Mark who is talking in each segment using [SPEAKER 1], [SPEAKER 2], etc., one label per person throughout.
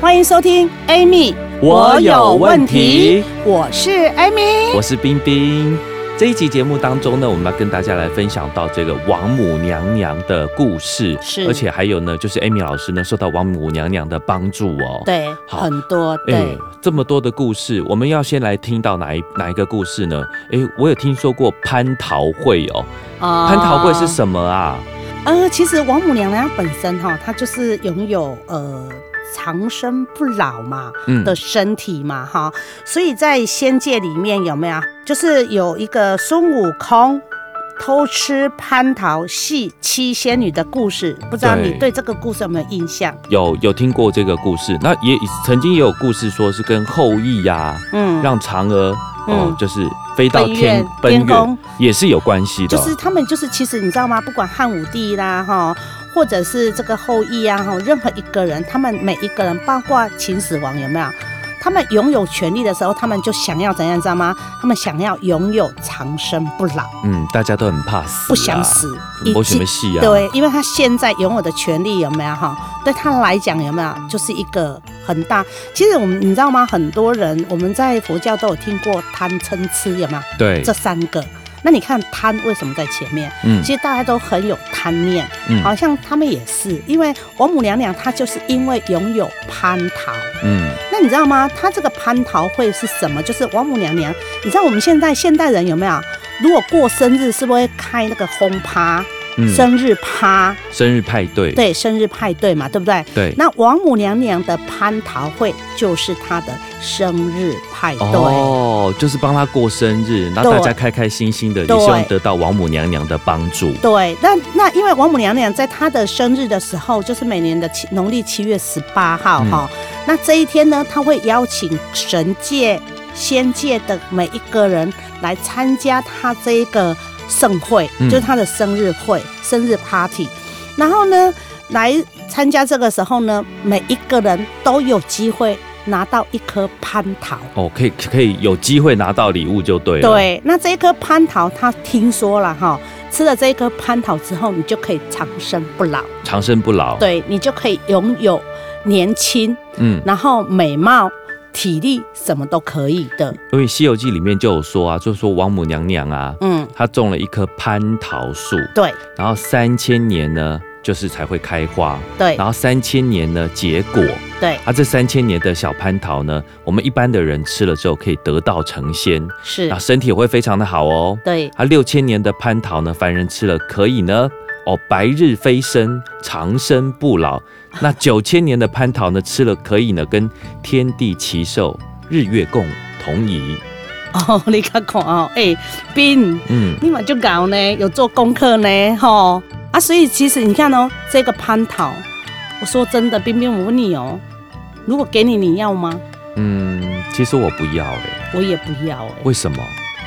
[SPEAKER 1] 欢迎收听 Amy，
[SPEAKER 2] 我有问题，
[SPEAKER 1] 我是 Amy。
[SPEAKER 2] 我是冰冰。这一集节目当中呢，我们要跟大家来分享到这个王母娘娘的故事，
[SPEAKER 1] 是
[SPEAKER 2] 而且还有呢，就是艾米老师呢受到王母娘娘的帮助哦。
[SPEAKER 1] 对，
[SPEAKER 2] 好
[SPEAKER 1] 很多
[SPEAKER 2] 哎、
[SPEAKER 1] 对，
[SPEAKER 2] 这么多的故事，我们要先来听到哪一哪一个故事呢？哎、我有听说过蟠桃会哦，
[SPEAKER 1] 啊
[SPEAKER 2] 蟠桃会是什么啊？
[SPEAKER 1] 呃，其实王母娘娘本身哈，她就是拥有呃长生不老嘛
[SPEAKER 2] 嗯
[SPEAKER 1] 的身体嘛哈，所以在仙界里面有没有，啊就是有一个孙悟空。偷吃蟠桃戏七仙女的故事，不知道你
[SPEAKER 2] 对
[SPEAKER 1] 对这个故事有没有印象？
[SPEAKER 2] 有有听过这个故事，那也曾经也有故事说是跟后羿呀、
[SPEAKER 1] 嗯，
[SPEAKER 2] 让嫦娥哦、
[SPEAKER 1] 嗯
[SPEAKER 2] 就是飞到
[SPEAKER 1] 奔
[SPEAKER 2] 天
[SPEAKER 1] 月
[SPEAKER 2] 奔
[SPEAKER 1] 天
[SPEAKER 2] 月
[SPEAKER 1] 宫
[SPEAKER 2] 也是有关系的
[SPEAKER 1] 就
[SPEAKER 2] 哦、
[SPEAKER 1] 是他们就是其实你知道吗？不管汉武帝啦哈，或者是这个后羿啊哈，任何一个人，他们每一个人，包括秦始皇有没有？他们拥有权力的时候，他们就想要怎样，知道吗？他们想要拥有长生不老，
[SPEAKER 2] 嗯，大家都很怕死、啊，
[SPEAKER 1] 不想，死，
[SPEAKER 2] 没什
[SPEAKER 1] 经
[SPEAKER 2] 么戏啊。
[SPEAKER 1] 对，因为他现在拥有的权利有没有哈？对他来讲有没有就是一个很大？其实我们你知道吗？很多人我们在佛教都有听过贪嗔痴有没有？
[SPEAKER 2] 对
[SPEAKER 1] 这三个。那你看贪为什么在前面？
[SPEAKER 2] 嗯
[SPEAKER 1] 其实大家都很有贪念，
[SPEAKER 2] 嗯
[SPEAKER 1] 好像他们也是，因为王母娘娘她就是因为拥有蟠桃。
[SPEAKER 2] 嗯，
[SPEAKER 1] 那你知道吗？她这个蟠桃会是什么？就是王母娘娘。你知道我们现在现代人有没有？如果过生日是不是会开那个轰趴、
[SPEAKER 2] 嗯
[SPEAKER 1] 生日趴？
[SPEAKER 2] 生日派对，
[SPEAKER 1] 对，生日派对嘛，对不对？
[SPEAKER 2] 对
[SPEAKER 1] 那王母娘娘的蟠桃会就是她的生日派对。
[SPEAKER 2] 哦，就是帮他过生日，让
[SPEAKER 1] 对
[SPEAKER 2] 大家开开心心的，也
[SPEAKER 1] 对
[SPEAKER 2] 希望得到王母娘娘的帮助。
[SPEAKER 1] 对，那那因为王母娘娘在她的生日的时候，就是每年的七农历七月十八号哈、那这一天呢，她会邀请神界、仙界的每一个人来参加她这一个盛会，
[SPEAKER 2] 嗯
[SPEAKER 1] 就是她的生日会、生日 party。然后呢，来参加这个时候呢，每一个人都有机会拿到一颗蟠桃。
[SPEAKER 2] 哦，可以可以有机会拿到礼物就对了。，
[SPEAKER 1] 对，那这一颗蟠桃，他听说了哈，吃了这一颗蟠桃之后，你就可以长生不老，
[SPEAKER 2] 长生不老。，
[SPEAKER 1] 对你就可以拥有年轻，
[SPEAKER 2] 嗯，
[SPEAKER 1] 然后美貌、体力什么都可以的。
[SPEAKER 2] 因为《西游记》里面就有说啊，就说王母娘娘啊，
[SPEAKER 1] 嗯，
[SPEAKER 2] 她种了一棵蟠桃树，
[SPEAKER 1] 对
[SPEAKER 2] 然后三千年呢，就是才会开花，
[SPEAKER 1] 对
[SPEAKER 2] 然后三千年呢结果。
[SPEAKER 1] 对，
[SPEAKER 2] 啊，这三千年的小蟠桃呢，我们一般的人吃了之后可以得道成仙，
[SPEAKER 1] 是
[SPEAKER 2] 啊，，身体也会非常的好哦。
[SPEAKER 1] 对
[SPEAKER 2] 啊，六千年的蟠桃呢，凡人吃了可以呢，哦，白日飞升，长生不老。那九千年的蟠桃呢，吃了可以呢，跟天地齐寿，日月共同仪。
[SPEAKER 1] 哦， 你看看哦，哎、斌，
[SPEAKER 2] 嗯，
[SPEAKER 1] 你嘛就搞呢，有做功课呢，吼啊，所以其实你看哦，这个蟠桃，我说真的，冰冰，我问你哦，如果给你，你要吗？
[SPEAKER 2] 嗯，其实我不要哎、
[SPEAKER 1] 我也不要哎、
[SPEAKER 2] 为什么？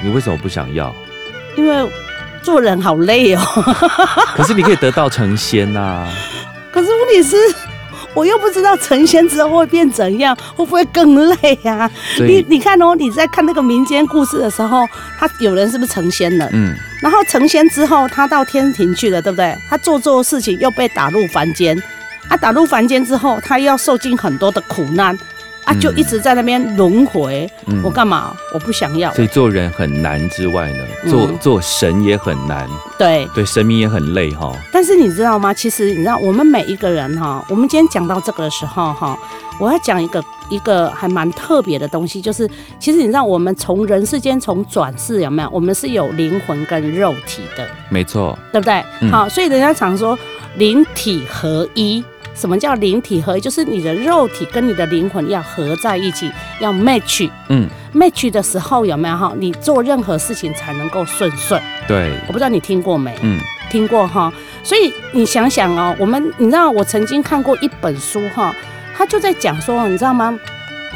[SPEAKER 2] 你为什么不想 要？
[SPEAKER 1] 因为做人好累哦。
[SPEAKER 2] 可是你可以得道成仙啊呐、
[SPEAKER 1] 可是问题是，我又不知道成仙之后会变怎样，会不会更累呀、啊？
[SPEAKER 2] 所
[SPEAKER 1] 你
[SPEAKER 2] 以，
[SPEAKER 1] 你看哦，你在看那个民间故事的时候，他有人是不是成仙了？
[SPEAKER 2] 嗯，
[SPEAKER 1] 然后成仙之后，他到天庭去了，对不对？他做错事情又被打入凡间，啊，打入凡间之后，他又要受尽很多的苦难，啊，就一直在那边轮回。
[SPEAKER 2] 嗯
[SPEAKER 1] 我干嘛？我不想要。
[SPEAKER 2] 所以做人很难之外呢，做
[SPEAKER 1] 嗯
[SPEAKER 2] 做神也很难，
[SPEAKER 1] 对。
[SPEAKER 2] 对神明也很累哈、
[SPEAKER 1] 但是你知道吗？其实你知道，我们每一个人哈，我们今天讲到这个的时候哈，我要讲一个一个还蛮特别的东西，就是其实你知道，我们从人世间从转世有没有？我们是有灵魂跟肉体的，
[SPEAKER 2] 没错，
[SPEAKER 1] 对不对？
[SPEAKER 2] 嗯
[SPEAKER 1] 好、所以人家常说灵体合一。什么叫灵体合一？就是你的肉体跟你的灵魂要合在一起，要 match。
[SPEAKER 2] 嗯，
[SPEAKER 1] match 的时候有没有哈？你做任何事情才能够顺顺。
[SPEAKER 2] 对，
[SPEAKER 1] 我不知道你听过没？
[SPEAKER 2] 嗯，
[SPEAKER 1] 听过哈。所以你想想哦，我们你知道我曾经看过一本书哈，他就在讲说，你知道吗？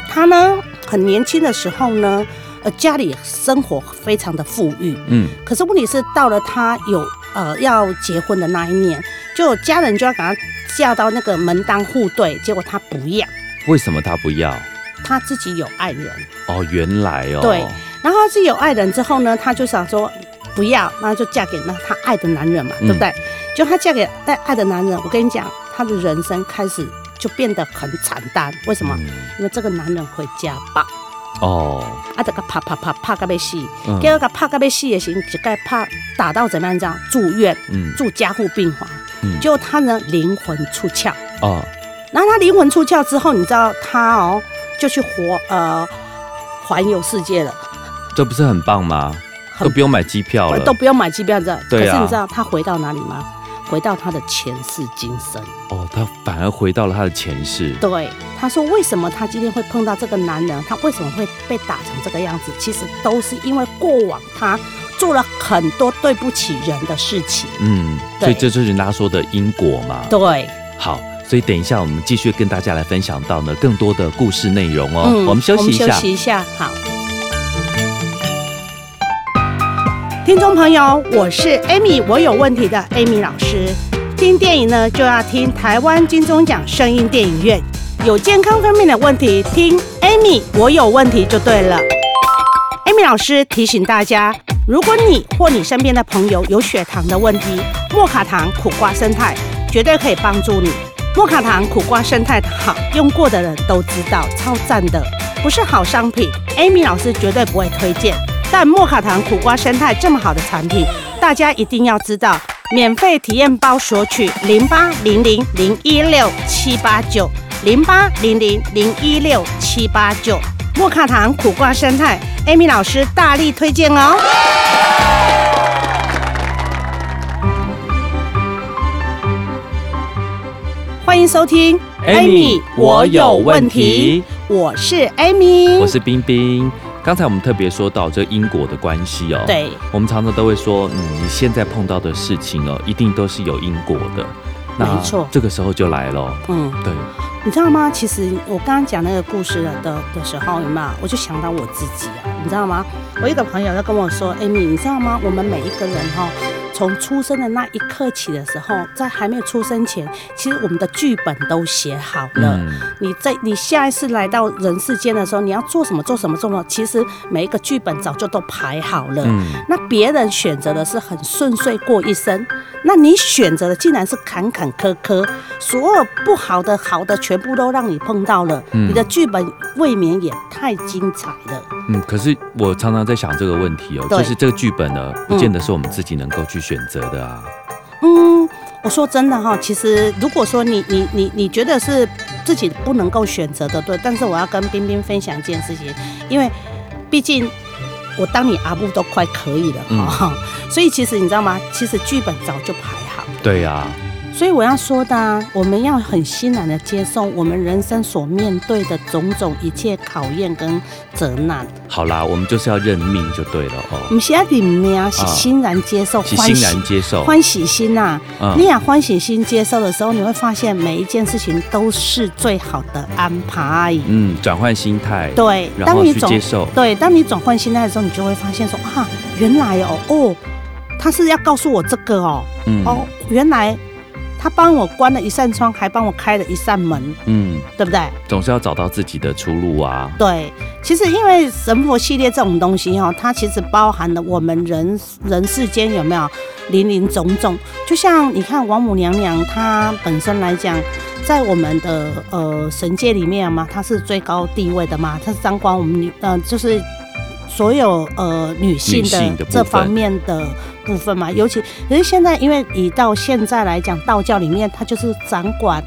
[SPEAKER 1] 他呢很年轻的时候呢，呃，家里生活非常的富裕，
[SPEAKER 2] 嗯，
[SPEAKER 1] 可是问题是到了他有呃要结婚的那一年，就有家人就要给他嫁到那个门当户对，结果他不要，
[SPEAKER 2] 为什么他不要？
[SPEAKER 1] 他自己有爱人，
[SPEAKER 2] 哦，原来哦，
[SPEAKER 1] 对然后他自己有爱人之后呢，他就想说不要，那就嫁给那他爱的男人嘛，
[SPEAKER 2] 嗯
[SPEAKER 1] 对不对？就她嫁给爱爱的男人，我跟你讲，她的人生开始就变得很惨淡，为什么？
[SPEAKER 2] 嗯
[SPEAKER 1] 因为这个男人会家暴，
[SPEAKER 2] 哦，
[SPEAKER 1] 啊，这个啪啪啪啪个被死，
[SPEAKER 2] 嗯
[SPEAKER 1] 第二个啪个被死也行，一该啪打到怎么样？这样住院，
[SPEAKER 2] 嗯
[SPEAKER 1] 住加护病房
[SPEAKER 2] 嗯，
[SPEAKER 1] 结果他呢灵魂出窍，
[SPEAKER 2] 哦，
[SPEAKER 1] 然后他灵魂出窍之后，你知道他哦就去活呃环游世界了，
[SPEAKER 2] 这不是很棒吗？
[SPEAKER 1] 很
[SPEAKER 2] 都不用买机票了，
[SPEAKER 1] 都不用买机票的。可
[SPEAKER 2] 对啊
[SPEAKER 1] 是你知道他回到哪里吗？回到他的前世今生。
[SPEAKER 2] 哦，他反而回到了他的前世。
[SPEAKER 1] 对，他说为什么他今天会碰到这个男人，他为什么会被打成这个样子？其实都是因为过往他做了很多对不起人的事情。
[SPEAKER 2] 嗯，所以
[SPEAKER 1] 对
[SPEAKER 2] 这就是人家说的因果嘛。
[SPEAKER 1] 对，
[SPEAKER 2] 好，所以等一下我们继续跟大家来分享到呢更多的故事内容哦。
[SPEAKER 1] 嗯
[SPEAKER 2] 我们休息一
[SPEAKER 1] 我们
[SPEAKER 2] 下
[SPEAKER 1] 休。息一下，好。听众朋友，我是 Amy，我有问题的 Amy 老师。听电影呢，就要听台湾金钟奖声音电影院。有健康方面的问题，听 Amy，我有问题就对了。Amy 老师提醒大家，如果你或你身边的朋友有血糖的问题，莫卡糖苦瓜生态绝对可以帮助你。莫卡糖苦瓜生态好，用过的人都知道，超赞的，不是好商品，Amy 老师绝对不会推荐。但莫卡糖苦瓜生态这么好的产品，大家一定要知道。免费体验包索取零八零零零一六七八九零八零零零一六七八九莫卡糖苦瓜生态，Amy 老师大力推荐哦。欢迎收听
[SPEAKER 2] Amy，我有问题，
[SPEAKER 1] 我是 Amy，
[SPEAKER 2] 我是冰冰。刚才我们特别说到这因果的关系哦。。
[SPEAKER 1] 对
[SPEAKER 2] 我们常常都会说，嗯，你现在碰到的事情哦，一定都是有因果的。那
[SPEAKER 1] 没错
[SPEAKER 2] 这个时候就来了。
[SPEAKER 1] 嗯，
[SPEAKER 2] 对，
[SPEAKER 1] 你知道吗？其实我刚刚讲那个故事的的的时候，有没有？我就想到我自己啊，你知道吗？我一个朋友他跟我说：“Amy，你知道吗？我们每一个人哈、从出生的那一刻起的时候，在还没有出生前，其实我们的剧本都写好了。
[SPEAKER 2] 嗯，
[SPEAKER 1] 你在你下一次来到人世间的时候，你要做什么，做什么，做什么，其实每一个剧本早就都排好了。
[SPEAKER 2] 嗯，
[SPEAKER 1] 那别人选择的是很顺遂过一生，那你选择的竟然是坎坎坷坷，所有不好的、好的全部都让你碰到了，
[SPEAKER 2] 嗯
[SPEAKER 1] 你的剧本未免也太精彩了。
[SPEAKER 2] 嗯，可是我常常在想这个问题哦，
[SPEAKER 1] 对
[SPEAKER 2] 就是这个剧本呢，不见得是我们自己能够去选择的啊。
[SPEAKER 1] 嗯，我说真的哈，其实如果说你你你你觉得是自己不能够选择的，对，但是我要跟冰冰分享一件事情，因为毕竟。我当你阿布都快可以了哈，所以其实你知道吗？其实剧本早就排好了
[SPEAKER 2] 对啊，
[SPEAKER 1] 所以我要说的、啊，我们要很欣然的接受我们人生所面对的种种一切考验跟责难。
[SPEAKER 2] 好啦，我们就是要认命就对了
[SPEAKER 1] 我
[SPEAKER 2] 哦，
[SPEAKER 1] 们现在里面啊是
[SPEAKER 2] 啊
[SPEAKER 1] 欣然接受，
[SPEAKER 2] 是
[SPEAKER 1] 欢
[SPEAKER 2] 欣
[SPEAKER 1] 喜
[SPEAKER 2] 然接受。
[SPEAKER 1] 欢喜心呐、
[SPEAKER 2] 嗯
[SPEAKER 1] 你也欢喜心接受的时候，你会发现每一件事情都是最好的安排。
[SPEAKER 2] 嗯，转换心态，
[SPEAKER 1] 对，
[SPEAKER 2] 然
[SPEAKER 1] 当
[SPEAKER 2] 后
[SPEAKER 1] 你
[SPEAKER 2] 去
[SPEAKER 1] 总
[SPEAKER 2] 接受。
[SPEAKER 1] 对，当你转换心态的时候，你就会发现说啊，原来哦哦，他是要告诉我这个哦、
[SPEAKER 2] 嗯
[SPEAKER 1] 哦，原来他帮我关了一扇窗，还帮我开了一扇门，
[SPEAKER 2] 嗯，
[SPEAKER 1] 对不对？
[SPEAKER 2] 总是要找到自己的出路啊。
[SPEAKER 1] 对，其实因为神佛系列这种东西哈、它其实包含了我们人人世间有没有林林总总，就像你看王母娘娘，她本身来讲，在我们的呃神界里面嘛，她是最高地位的嘛，她是掌管我们女呃就是所有呃女性
[SPEAKER 2] 女性的
[SPEAKER 1] 的
[SPEAKER 2] 部
[SPEAKER 1] 这
[SPEAKER 2] 分
[SPEAKER 1] 方面的部分嘛，尤其可是现在因为以到现在来讲，道教里面它就是掌管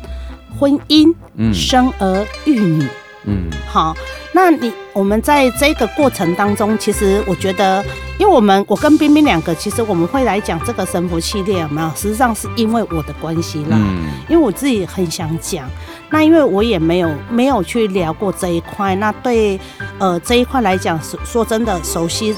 [SPEAKER 1] 婚姻、
[SPEAKER 2] 嗯
[SPEAKER 1] 生儿育女。
[SPEAKER 2] 嗯
[SPEAKER 1] 好，那你我们在这个过程当中，其实我觉得，因为我们我跟冰冰两个，其实我们会来讲这个神佛系列，有没有？实际上是因为我的关系啦，
[SPEAKER 2] 嗯
[SPEAKER 1] 因为我自己很想讲，那因为我也没有没有去聊过这一块，那对呃这一块来讲，说说真的，熟悉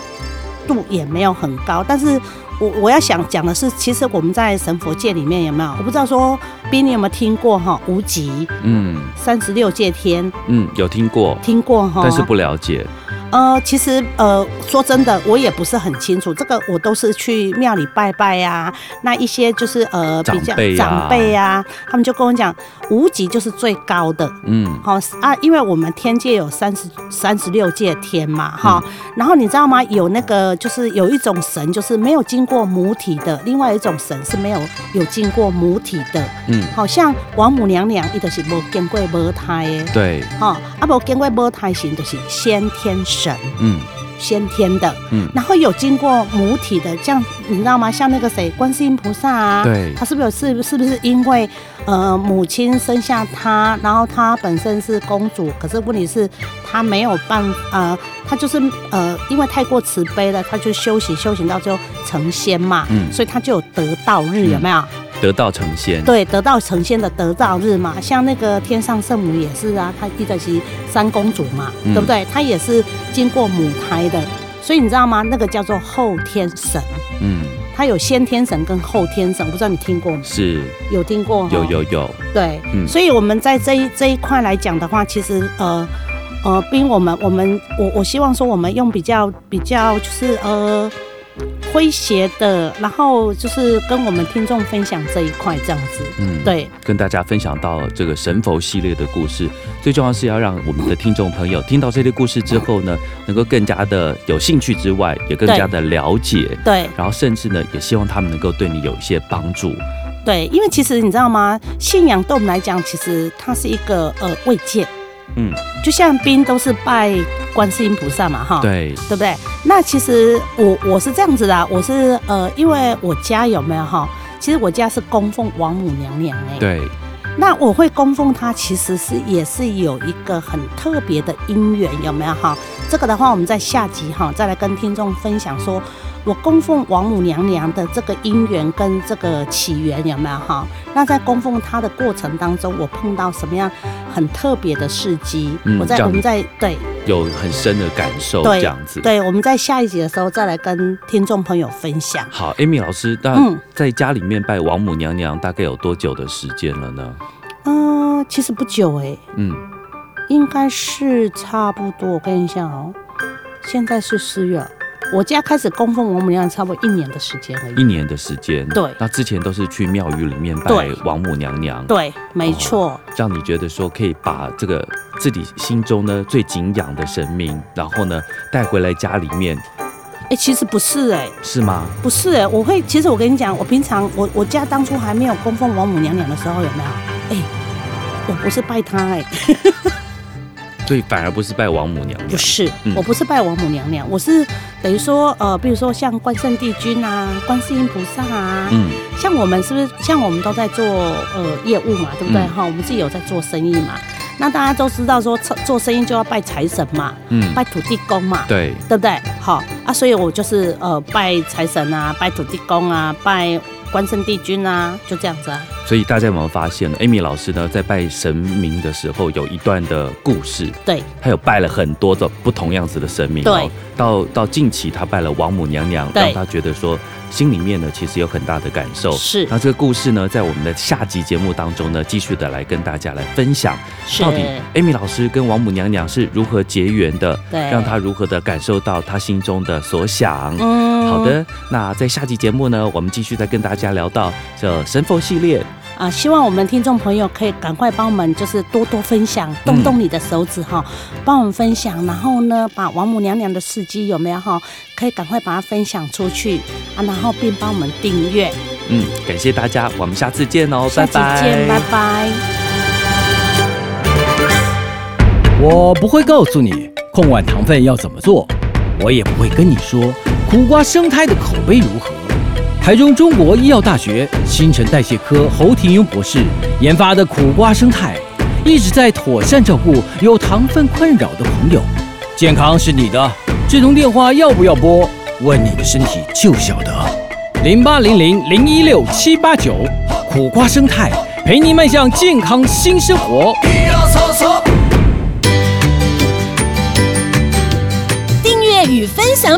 [SPEAKER 1] 度也没有很高，但是我我要想讲的是，其实我们在神佛界里面有没有？我不知道说斌你有没有听过哈无极
[SPEAKER 2] 嗯
[SPEAKER 1] 三十六界天，
[SPEAKER 2] 嗯，有听过，
[SPEAKER 1] 听过哈？
[SPEAKER 2] 但是不了解。
[SPEAKER 1] 呃，其实呃，说真的，我也不是很清楚，这个我都是去庙里拜拜呀、那一些就是呃
[SPEAKER 2] 长
[SPEAKER 1] 比较
[SPEAKER 2] 辈啊
[SPEAKER 1] 长辈呀、他们就跟我讲，无极就是最高的。
[SPEAKER 2] 嗯
[SPEAKER 1] 好、啊，因为我们天界有三十三十六界天嘛，哈、
[SPEAKER 2] 嗯
[SPEAKER 1] 然后你知道吗？有那个就是有一种神，就是没有经过母体的；，另外一种神是没有有经过母体的。
[SPEAKER 2] 嗯，
[SPEAKER 1] 好、像王母娘娘，伊就是没经过母胎的，
[SPEAKER 2] 对，
[SPEAKER 1] 哈、啊，无经过母胎神就是先天神，
[SPEAKER 2] 嗯
[SPEAKER 1] 先天的。
[SPEAKER 2] 嗯，
[SPEAKER 1] 然后有经过母体的，像你知道吗？像那个谁，观世音菩萨啊，
[SPEAKER 2] 对
[SPEAKER 1] 他是不是有是是不是因为呃母亲生下他，然后他本身是公主，可是问题是他没有办呃，他就是呃因为太过慈悲了，他就修行修行到最后成仙嘛，
[SPEAKER 2] 嗯
[SPEAKER 1] 所以他就有得道日，有没有？
[SPEAKER 2] 得道成仙。
[SPEAKER 1] 对，得道成仙的得道日嘛，像那个天上圣母也是啊，她一直是三公主嘛，
[SPEAKER 2] 嗯
[SPEAKER 1] 对不对？她也是经过母胎的，所以你知道吗？那个叫做后天神，
[SPEAKER 2] 嗯，
[SPEAKER 1] 它有先天神跟后天神，我不知道你听过吗？
[SPEAKER 2] 是
[SPEAKER 1] 有听过哈？
[SPEAKER 2] 有有有，
[SPEAKER 1] 对，
[SPEAKER 2] 嗯
[SPEAKER 1] 所以我们在这一这一块来讲的话，其实呃呃，并我们我们我我希望说我们用比较比较就是呃诙谐的，然后就是跟我们听众分享这一块这样子，
[SPEAKER 2] 嗯，。
[SPEAKER 1] 对。
[SPEAKER 2] 跟大家分享到这个神佛系列的故事，最重要是要让我们的听众朋友听到这些故事之后呢，能够更加的有兴趣之外，也更加的了解，
[SPEAKER 1] 对
[SPEAKER 2] 然后甚至呢，也希望他们能够对你有一些帮助。
[SPEAKER 1] 对，因为其实你知道吗？信仰对我们来讲，其实它是一个呃慰藉。
[SPEAKER 2] 嗯，
[SPEAKER 1] 就像兵都是拜观世音菩萨嘛，哈，
[SPEAKER 2] 对，
[SPEAKER 1] 对不对？那其实我我是这样子的啊，我是呃，因为我家有没有哈？其实我家是供奉王母娘娘哎、
[SPEAKER 2] 对，
[SPEAKER 1] 那我会供奉她，其实是也是有一个很特别的因缘，有没有哈？这个的话，我们在下集哈再来跟听众分享说，我供奉王母娘娘的这个因缘跟这个起源有没有哈？那在供奉她的过程当中，我碰到什么样很特别的事迹？
[SPEAKER 2] 嗯
[SPEAKER 1] 我在
[SPEAKER 2] 这样
[SPEAKER 1] 我们在对
[SPEAKER 2] 有很深的感受，
[SPEAKER 1] 对
[SPEAKER 2] 这样子。
[SPEAKER 1] 对，我们在下一集的时候再来跟听众朋友分享。
[SPEAKER 2] 好，Amy 老师，那
[SPEAKER 1] 嗯
[SPEAKER 2] 在家里面拜王母娘娘大概有多久的时间了呢？
[SPEAKER 1] 嗯、其实不久诶、
[SPEAKER 2] 嗯，
[SPEAKER 1] 应该是差不多。我跟你讲哦，现在是四月，我家开始供奉王母娘娘差不多一年的时间而
[SPEAKER 2] 一
[SPEAKER 1] 已。
[SPEAKER 2] 年的时间。
[SPEAKER 1] 对
[SPEAKER 2] 那之前都是去庙宇里面拜
[SPEAKER 1] 对
[SPEAKER 2] 王母娘娘。
[SPEAKER 1] 对，没错，
[SPEAKER 2] 让你觉得说可以把这个自己心中呢最敬仰的神明，然后呢带回来家里面，
[SPEAKER 1] 哎、其实不是哎、
[SPEAKER 2] 是吗？
[SPEAKER 1] 不是哎、我会，其实我跟你讲，我平常我我家当初还没有供奉王母娘娘的时候，有没有？哎、我不是拜她哎、
[SPEAKER 2] 嗯所以反而不是拜王母娘娘，
[SPEAKER 1] 不是
[SPEAKER 2] 嗯，
[SPEAKER 1] 我不是拜王母娘娘，我是等于说呃，比如说像关圣帝君啊、观世音菩萨啊，
[SPEAKER 2] 嗯
[SPEAKER 1] 像我们是不是像我们都在做呃业务嘛，对不对
[SPEAKER 2] 嗯
[SPEAKER 1] 哈、我们自己有在做生意嘛，那大家都知道说做做生意就要拜财神嘛，
[SPEAKER 2] 嗯，
[SPEAKER 1] 拜土地公嘛，
[SPEAKER 2] 对，
[SPEAKER 1] 对不对？好啊，所以我就是呃拜财神啊，拜土地公啊，拜关圣帝君啊，就这样子啊。
[SPEAKER 2] 所以大家有没有发现呢？Amy 老师呢在拜神明的时候有一段的故事，
[SPEAKER 1] 对，
[SPEAKER 2] 她有拜了很多种不同样子的神明、哦
[SPEAKER 1] 对，
[SPEAKER 2] 到到近期她拜了王母娘娘，
[SPEAKER 1] 对
[SPEAKER 2] 让她觉得说心里面呢其实有很大的感受，
[SPEAKER 1] 是
[SPEAKER 2] 哦那这个故事呢，在我们的下集节目当中呢，继续的来跟大家来分享，
[SPEAKER 1] 是
[SPEAKER 2] 到底 Amy 老师跟王母娘娘是如何结缘的，
[SPEAKER 1] 对
[SPEAKER 2] 让她如何的感受到她心中的所想。
[SPEAKER 1] 嗯
[SPEAKER 2] 好的，那在下集节目呢，我们继续再跟大家聊到这神佛系列。
[SPEAKER 1] 啊、希望我们听众朋友可以赶快帮我们，就是多多分享，动动你的手指哈，帮我们分享，然后呢，把王母娘娘的事迹有没有哈，可以赶快把它分享出去啊，然后并帮我们订阅，
[SPEAKER 2] 嗯，感谢大家，我们下次见哦，
[SPEAKER 1] 下期见，拜拜
[SPEAKER 3] 我不会告诉你控碗糖分要怎么做，我也不会跟你说苦瓜生态的口碑如何。台中中国医药大学新陈代谢科侯廷庸博士研发的苦瓜生态，一直在妥善照顾有糖分困扰的朋友。健康是你的，这通电话要不要拨？问你的身体就晓得。零八零零零一六七八九，苦瓜生态陪您迈向健康新生活。
[SPEAKER 4] 订阅
[SPEAKER 1] 与分享